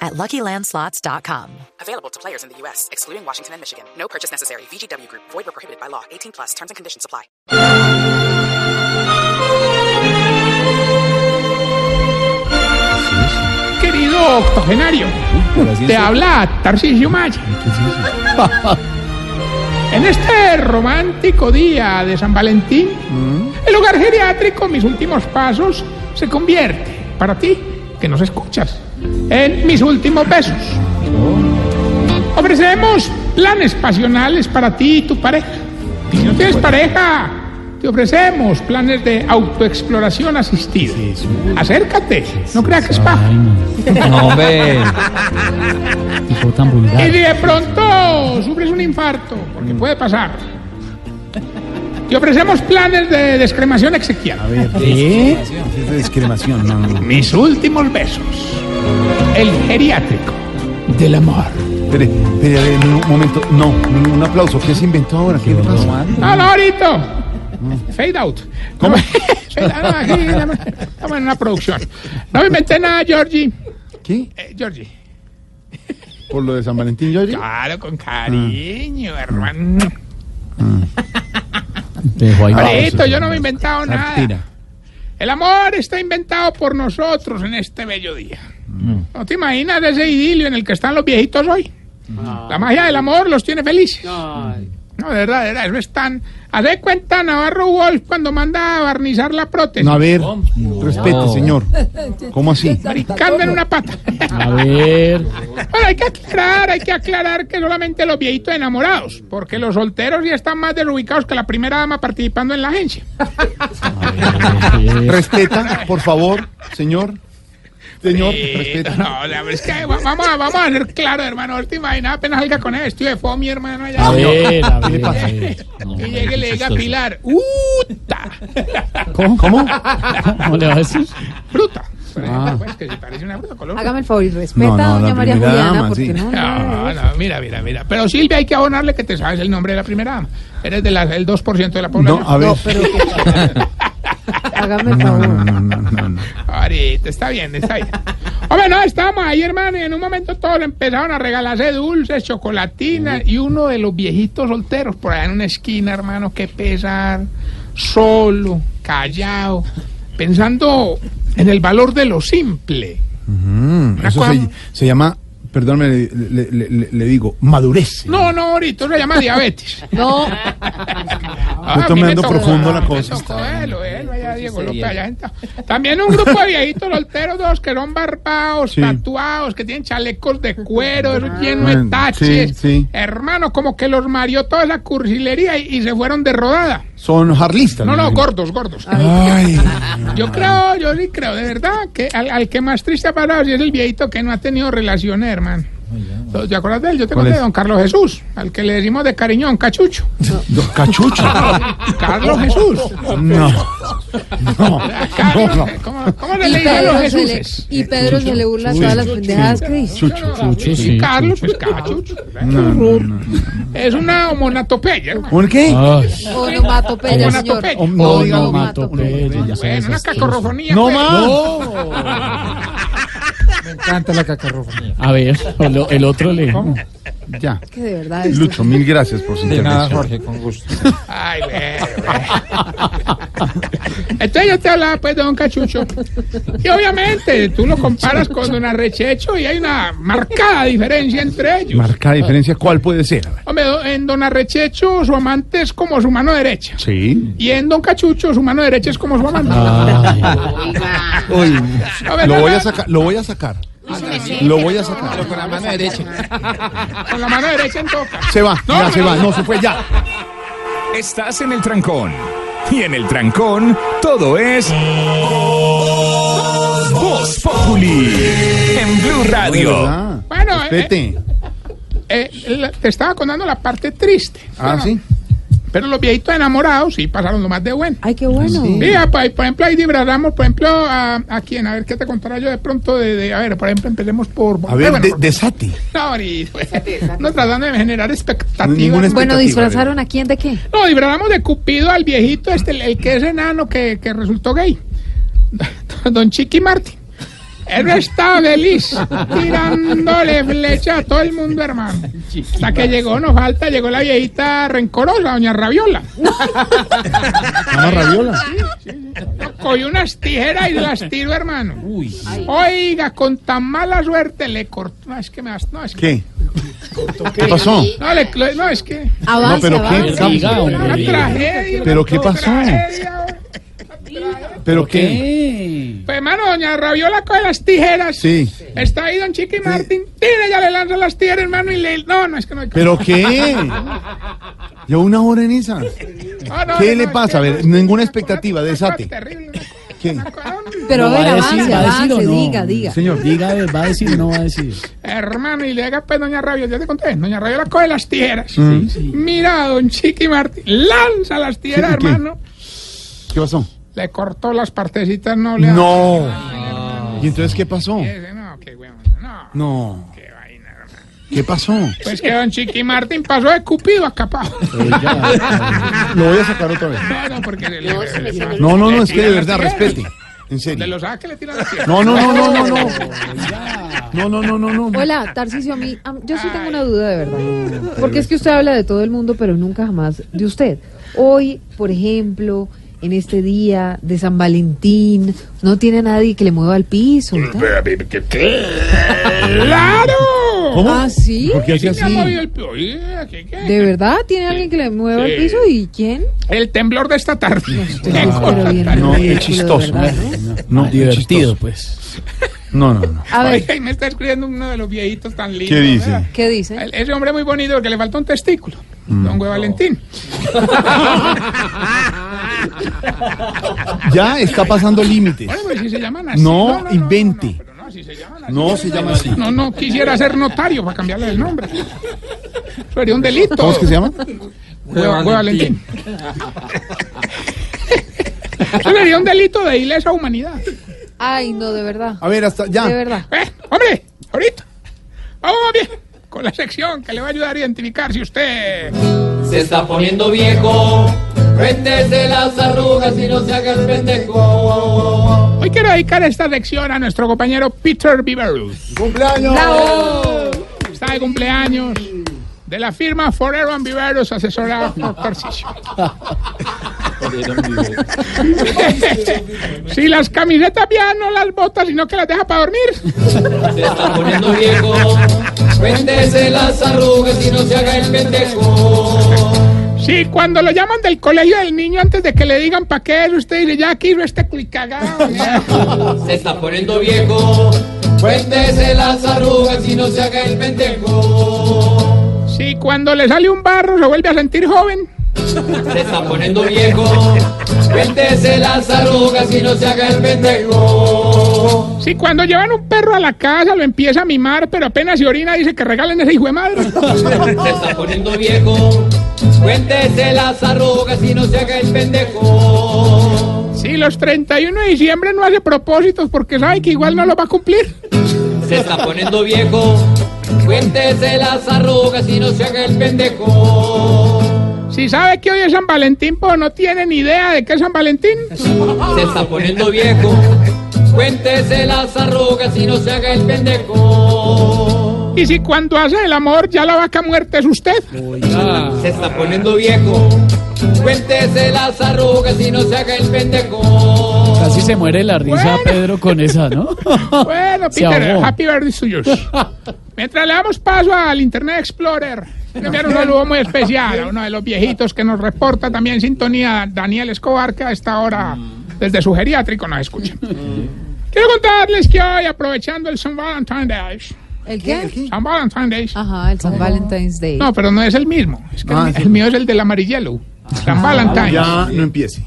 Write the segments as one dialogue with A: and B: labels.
A: at luckylandslots.com.
B: Available to players in the U.S., excluding Washington and Michigan. No purchase necessary. VGW Group, void or prohibited by law. 18 plus terms and conditions apply.
C: Querido octogenario, te habla Tarcisio Maya. En este romántico día de San Valentín, el hogar geriátrico Mis Últimos Pasos se convierte, para ti, que nos escuchas, en Mis Últimos Besos. Ofrecemos planes pasionales para ti y tu pareja. Si no tienes pareja, te ofrecemos planes de autoexploración asistida. Acércate, no creas que es paja.
D: No, hombre. Tipo tan
C: Y
D: vulgar.
C: de pronto sufres un infarto, porque puede pasar. Te ofrecemos planes de descremación exequial.
D: ¿Qué?
E: Es de discriminación, no, no, no.
C: Mis últimos besos. El geriátrico del amor.
E: Espere, espere, a ver, un momento. No, un un aplauso. ¿Qué se inventó ahora? ¿Qué le pasa?
C: No, no, ahorita. Fade out. ¿Cómo? Fade out, no, aquí estamos estamos en una producción. No me inventé nada, Georgie.
E: ¿Qué?
C: Eh, Georgie.
E: ¿Por lo de San Valentín, Jorge?
C: Claro, con cariño, hermano.
D: Dejó
E: Ah,
D: ahí.
C: Marito, yo no me he inventado nada.
E: Tira.
C: El amor está inventado por nosotros en este bello día.
E: Mm.
C: ¿No te imaginas ese idilio en el que están los viejitos hoy? La magia del amor los tiene felices. No, de verdad, de verdad, eso están. Haz de cuenta Navarro Wolf cuando manda a barnizar la prótesis.
E: No, a ver, respete, señor. ¿Cómo así?
C: brincando en una pata.
D: A ver.
C: Bueno, hay que aclarar, hay que aclarar que solamente los viejitos enamorados, porque los solteros ya están más desubicados que la primera dama participando en la agencia.
E: Respeta, por favor, señor. Señor,
C: Eh,
E: respeta.
C: No, la verdad es que va- vamos a, vamos a ser claros, hermano. No te imaginas, apenas salga con el vestido de FOMI, hermano. allá.
D: A ver, a
E: ¿Qué le
D: ver.
E: pasa?
D: a ver. No,
C: Y llegue y le diga a
D: chistoso.
C: Pilar, ¡Uta!
E: ¿Cómo? ¿Cómo?
D: ¿Cómo le va a decir?
C: ¡Bruta! Por
D: Ah.
C: ejemplo, pues, que si parece una bruta color.
F: Hágame el favor y respeta
E: No, no,
F: a
E: la
F: doña María
E: primera
F: Juliana
E: dama,
F: porque
E: sí.
F: no, no,
C: No, no, mira, mira, mira. Pero Silvia, hay que abonarle que te sabes el nombre de la primera dama. Eres del 2% de la
E: No,
C: población.
E: a ver.
F: hágame el favor.
E: No, no, no, no, no.
C: Ahorita, está bien, está bien. Hombre, no, estábamos ahí, hermano, y en un momento todos empezaron a regalarse dulces, chocolatinas, y uno de los viejitos solteros, por allá en una esquina, hermano, qué pesar, solo, callado, pensando en el valor de lo simple.
E: Mm, Eso se, se llama, perdónme, le, le- le- le- le digo, madurez.
C: No, no, ahorita se llama diabetes.
F: No,
C: Ah,
E: Yo
C: a mí
E: tomando
C: me tocó,
E: profundo la
C: me
E: cosa.
C: tocó él, o él, allá Diego López, allá está. También un grupo de viejitos solteros, dos que son barbados,
E: Sí.
C: tatuados, que tienen chalecos de cuero, eso lleno
E: Bueno,
C: de taches.
E: sí, sí.
C: Hermano, como que los mareó toda la cursilería y, y se fueron de rodada.
E: Son harlistas.
C: No,
E: me
C: no,
E: imagino.
C: gordos, gordos.
E: Ay,
C: Yo creo, yo sí creo, de verdad, que al, al que más triste ha parado sí es el viejito que no ha tenido relaciones, hermano. ¿Te acuerdas de él? Yo te
E: ¿Cuál
C: conté de
E: es?
C: don Carlos Jesús, al que le decimos de cariño, don Cachucho.
E: don cachucho.
C: Carlos Jesús.
E: No. No.
C: Carlos,
E: no, no.
C: ¿cómo, cómo le
F: y
C: leí a los
F: Pedro, se le,
C: Jesús?
F: y Pedro se le burla todas las pendejadas que dice.
E: Chucho.
D: Chucho,
C: Sí,
D: sí.
C: Carlos, pues cachucho. Es una homonatopeya. hermano.
E: ¿Por qué? Oh,
D: Ay, pues,
F: Onomatopeya, señor.
C: Onomatopeya.
E: Ah, No, pues, diga
D: onomatopeya,
E: onomatopeya.
D: ya
C: pues, Bueno,
D: sabes,
C: una
D: esas
C: cacorrofonía.
E: No
C: pues.
E: más.
D: cosas. A ver, o lo- el otro le.
E: Ya.
F: Que de verdad esto-
E: Lucho, mil gracias por su intervención.
C: Ay, güey, güey. Entonces yo te hablaba pues de Don Cachucho. Y obviamente tú lo comparas con Don Arrechecho y hay una marcada diferencia entre ellos.
E: Marca diferencia, ¿cuál puede ser? A ver.
C: Hombre, do- en Don Arrechecho su amante es como su mano derecha.
E: Sí.
C: Y en Don Cachucho su mano derecha es como su amante.
E: Uy,
C: A ver,
E: Ah, lo voy a
C: Ana.
E: sacar, lo voy a sacar. Lo voy a sacar.
C: Con la mano derecha en toca.
E: Se va, ya se va, no se fue ya.
G: Estás en el trancón. Y en el trancón, todo es. Voz Populi. En Blue Radio.
E: ¿Verdad?
C: Bueno,
E: Respete.
C: Eh, la- te estaba contando la parte triste.
E: Ah, sí.
C: Pero los viejitos enamorados sí pasaron lo más de bueno.
F: Ay, qué bueno.
C: Mira, pa- por ejemplo, ahí disfrazamos, por ejemplo, a, a quién, a ver qué te contara yo de pronto de, de- a ver, por ejemplo, empecemos por
E: A ver,
C: bueno,
E: de,
C: por-
E: de Sati.
C: no, ahorita, no tratando de generar expectativas.
E: Ninguna expectativa.
F: Bueno, ¿disfrazaron a quién de qué?
C: No, disfrazamos de Cupido al viejito, este, el, el que es enano que, que resultó gay. Don Chiqui Martín. Él está feliz tirándole flecha a todo el mundo, hermano. Hasta que llegó, nos falta, llegó la viejita rencorosa, doña Rabiola.
E: Mamá Rabiola.
C: Cogí unas tijeras y las tiro, hermano. Oiga, con tan mala suerte le cortó. No, es que me das. No, es que.
E: ¿Qué? ¿Qué pasó?
C: No, le, cl- no, es que.
F: Avance,
E: pero ¿qué?
F: avance.
E: Cam-
D: Diga,
C: Una
D: hombre.
C: tragedia.
E: ¿Pero
C: una
E: qué pasó?
C: tragedia,
E: ¿Pero qué?
C: Pues, hermano, doña Rabiola coge las tijeras.
E: Sí.
C: Está ahí don Chiqui Martín. Tira, ya le lanza las tijeras, hermano, y le. No, no, es que no hay.
E: ¿Pero qué? Llevo una hora en esa.
C: Ah, No, no,
E: ¿Qué
C: no,
E: le
C: es que
E: pasa? A
C: no,
E: ver,
C: es que
E: ninguna
C: una cosa-
E: expectativa,
C: una cosa
E: desate.
C: terrible, una cosa-
E: ¿Qué?
C: una cosa-
F: Pero a
D: ¿Va
F: ver,
D: a decir,
F: avance,
D: va a decir o
F: avance,
D: no?
F: diga, diga.
E: Señor.
D: Diga, ¿va a decir o no va a decir?
C: Hermano, y le haga pues doña Rabiola, ya te conté, doña Rabiola coge las tijeras.
E: Mm.
C: Mira a don Chiqui Martín, lanza las tijeras,
E: Sí, ¿y qué?
C: hermano.
E: ¿Qué pasó?
C: Le cortó las partecitas nobles.
E: No. ¿Y entonces qué pasó?
C: Ese, no, qué weón, no,
E: No.
C: qué vaina, hermano.
E: ¿Qué pasó?
C: Pues que don Chiqui Martín pasó de cupido a capao.
E: Lo voy a sacar otra vez.
C: No, no, porque le, le- le- le-
E: No, no, no, es
C: le
E: que de
C: tiran
E: verdad,
C: las tijeras.
E: respete. En
C: De
E: serio.
C: los ángeles que le tiran las tijeras.
E: No, no, no, no, no, no. No, no, no, no, no.
F: Hola, Tarcisio, a mí, a- yo sí tengo una duda de verdad. Porque es que usted habla de todo el mundo, pero nunca jamás de usted. Hoy, por ejemplo, en este día de San Valentín, no tiene a nadie que le mueva al piso. y tal.
C: ¡Claro!
F: Ah, sí.
E: ¿Por qué hace
C: Sí, mi amor, y
E: así?
C: el- oye, ¿qué- qué?
F: ¿De verdad? ¿Tiene alguien que le mueva al piso? ¿Y quién?
C: El temblor de esta tarde. Qué cosa
F: Pero bien
C: tan-
E: No,
F: ridículo,
E: es
F: de
E: chistoso.
F: verdad, ¿no?
E: No,
D: No,
E: es
D: divertido,
E: chistoso.
D: pues.
E: No, no, no.
F: A ver,
C: Oiga, y me está escribiendo uno de los viejitos tan lindos.
E: ¿Qué dice?
C: ¿verdad?
F: ¿qué dice?
C: El- ese hombre muy bonito, que le falta un testículo.
E: Mm.
C: Don Güey Valentín.
E: Ya está pasando límites.
C: Bueno, pues si se llaman así.
E: No, invente.
C: No, pero no, si se llaman así.
E: No se llama así.
C: No, no, quisiera ser notario para cambiarle el nombre. Sería un delito.
E: ¿Cómo es que se llama?
C: Güey Güey Valentín. Eso sería un delito de ilesa humanidad.
F: Ay, no, de verdad.
E: A ver, hasta
F: De
E: ya.
F: verdad.
C: Eh, hombre, ahorita. Vamos bien con la sección que le va a ayudar a identificar si usted...
H: Se está poniendo viejo, de las arrugas y no se hagas pendejo.
C: Hoy quiero dedicar esta sección a nuestro compañero Peter Viverus.
E: ¡Cumpleaños!
C: Está de cumpleañños de la firma Forever and Viverus, asesorado por Tarcisio. si las camisetas ya no las botas, sino que las deja para dormir.
H: Se está poniendo viejo, de las arrugas y no se haga el pendejo.
C: Si cuando lo llaman del colegio del niño antes de que le digan para qué es, usted dice, ya aquí hizo este culicagado.
H: Se está poniendo viejo, de las arrugas y no se haga el pendejo.
C: Si cuando le sale un barro se vuelve a sentir joven.
H: Se está poniendo viejo, de las arrugas y no se haga el pendejo.
C: Si cuando llevan un perro a la casa lo empieza a mimar, pero apenas se orina dice que regalen ese hijo de madre.
H: Se está poniendo viejo, cuéntese las arrugas y no se haga el pendejo.
C: Si los 31 de diciembre no hace propósitos porque sabe que igual no los va a cumplir.
H: Se está poniendo viejo, cuéntese las arrugas y no se haga el pendejo.
C: Si sabe que hoy es San Valentín, pues no tiene ni idea de qué es San Valentín.
H: Se está poniendo viejo, cuéntese las arrugas y no se haga el pendejo.
C: Y si cuando hace el amor ya la vaca muerta es usted. Ah.
H: Se está poniendo viejo, cuéntese las arrugas y no se haga el pendejo.
D: Casi se muere la risa
C: Bueno.
D: Pedro con esa, ¿no?
C: Bueno,
D: Se
C: Peter,
D: ahogó.
C: happy birthday to you. Mientras le damos paso al Internet Explorer, le enviar un saludo muy especial a uno de los viejitos que nos reporta también en sintonía, Daniel Escobar, que a esta hora desde su geriátrico nos escucha. Quiero contarles que hoy, aprovechando el San Valentine Day,
F: ¿El qué?
C: San Valentine Day,
F: Ajá, el San Valentine's Day.
C: no, pero no es el mismo, es que
E: Ah,
C: el, mi-
E: sí. Ah,
C: el mío es el del amarillelo, San Valentine.
E: Ya no empiece.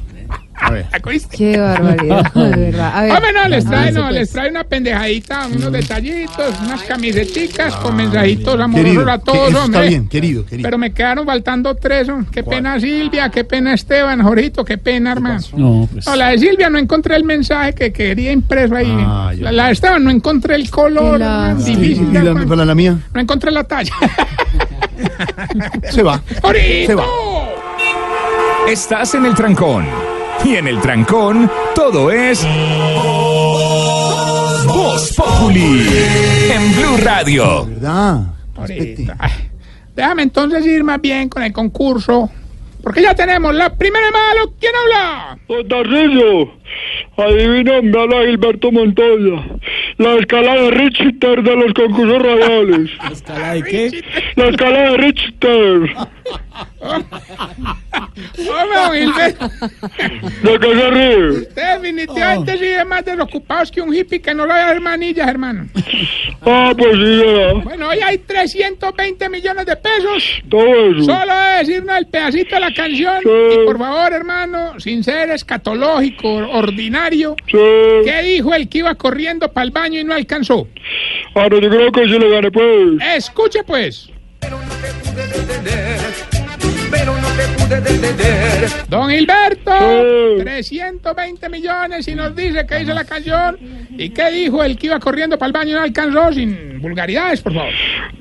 E: A ver.
C: ¿Acudiste?
F: Qué barbaridad, de verdad. A ver,
C: Hombre, no, Ah, les trae,
F: avance,
C: no,
F: pues.
C: les trae una pendejadita,
E: Mm.
C: unos detallitos, unas camiseticas con mensajitos amorosos
E: Querido,
C: a
E: que-
C: todos,
E: eso está
C: hombre.
E: bien, querido, querido.
C: Pero me quedaron faltando tres, hombre. Qué pena Silvia, qué pena Esteban, Jorito, qué pena, hermano.
D: No, pues.
C: No, la de Silvia no encontré el mensaje que quería impreso ahí.
E: Ah, ya.
C: la, la de Esteban no encontré el color,
F: Qué
C: hermano,
F: lástima.
E: ¿Y,
C: difícil,
E: y la,
C: hermano.
E: para la mía?
C: No encontré la talla.
E: Se va.
C: ¡Jorito!
E: Se va.
G: Estás en el trancón. Y en el trancón, todo es. Voz Populi. En Blue Radio.
E: ¿Verdad? Respete.
C: Ahorita. Ay, Déjame entonces ir más bien con el concurso. Porque ya tenemos la primera mano. ¿Quién habla?
I: Don Tarcillo, adivina, me habla Gilberto Montoya. La escala de Richter de los concursos radiales.
D: ¿Escala de qué?
I: La escala de Richter.
C: Hombre, don Gilberto.
I: ¿De qué se ríe?
C: Definitivamente
D: Oh.
C: sí es más desocupados que un hippie que no lo haya hermanillas, hermano.
I: Ah, pues sí, ya.
C: Bueno, hoy hay 320 millones de pesos.
I: Todo eso.
C: Solo de decirnos el pedacito de la canción.
I: Sí.
C: Y por favor, hermano, sin ser escatológico, ordinario,
I: Sí.
C: ¿qué dijo el que iba corriendo para el baño y no alcanzó?
I: Ah, no, yo creo que sí le gané, pues.
C: Escuche pues. Don Gilberto,
I: Sí.
C: 320 millones y nos dice que hizo la canción y qué dijo el que iba corriendo para el baño y no alcanzó sin vulgaridades, por favor.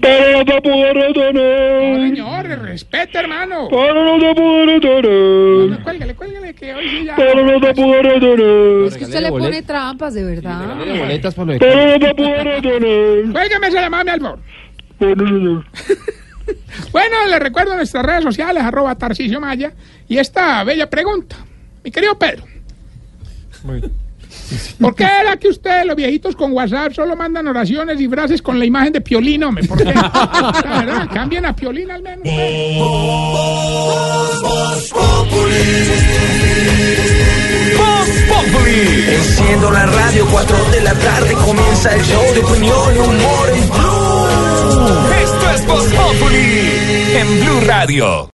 I: Pero no te pude
C: No,
I: retener.
C: señor, respete, hermano.
I: Pero no te pude retener.
C: Cuélgale, cuélgale, que hoy sí ya.
I: Pero no te pude retener.
F: Es que usted le pone trampas, de verdad.
H: Boletas para lo de...
I: Pero no te pude retener.
C: Cuélgame esa llamada, mi albor.
I: Bueno, señor.
C: Bueno, les recuerdo nuestras redes sociales, arroba Tarcisio Maya, y esta bella pregunta, mi querido Pedro. ¿Por qué era que ustedes, los viejitos con WhatsApp, solo mandan oraciones y frases con la imagen de Piolín, hombre? ¿Por qué? La verdad, cambien a Piolín al menos. pues.
G: Voz Populi.
J: Enciendo la radio, 4 de la tarde comienza el show de opinión y humor en Blue.
G: Esto es Voz Populi. En Blue Radio.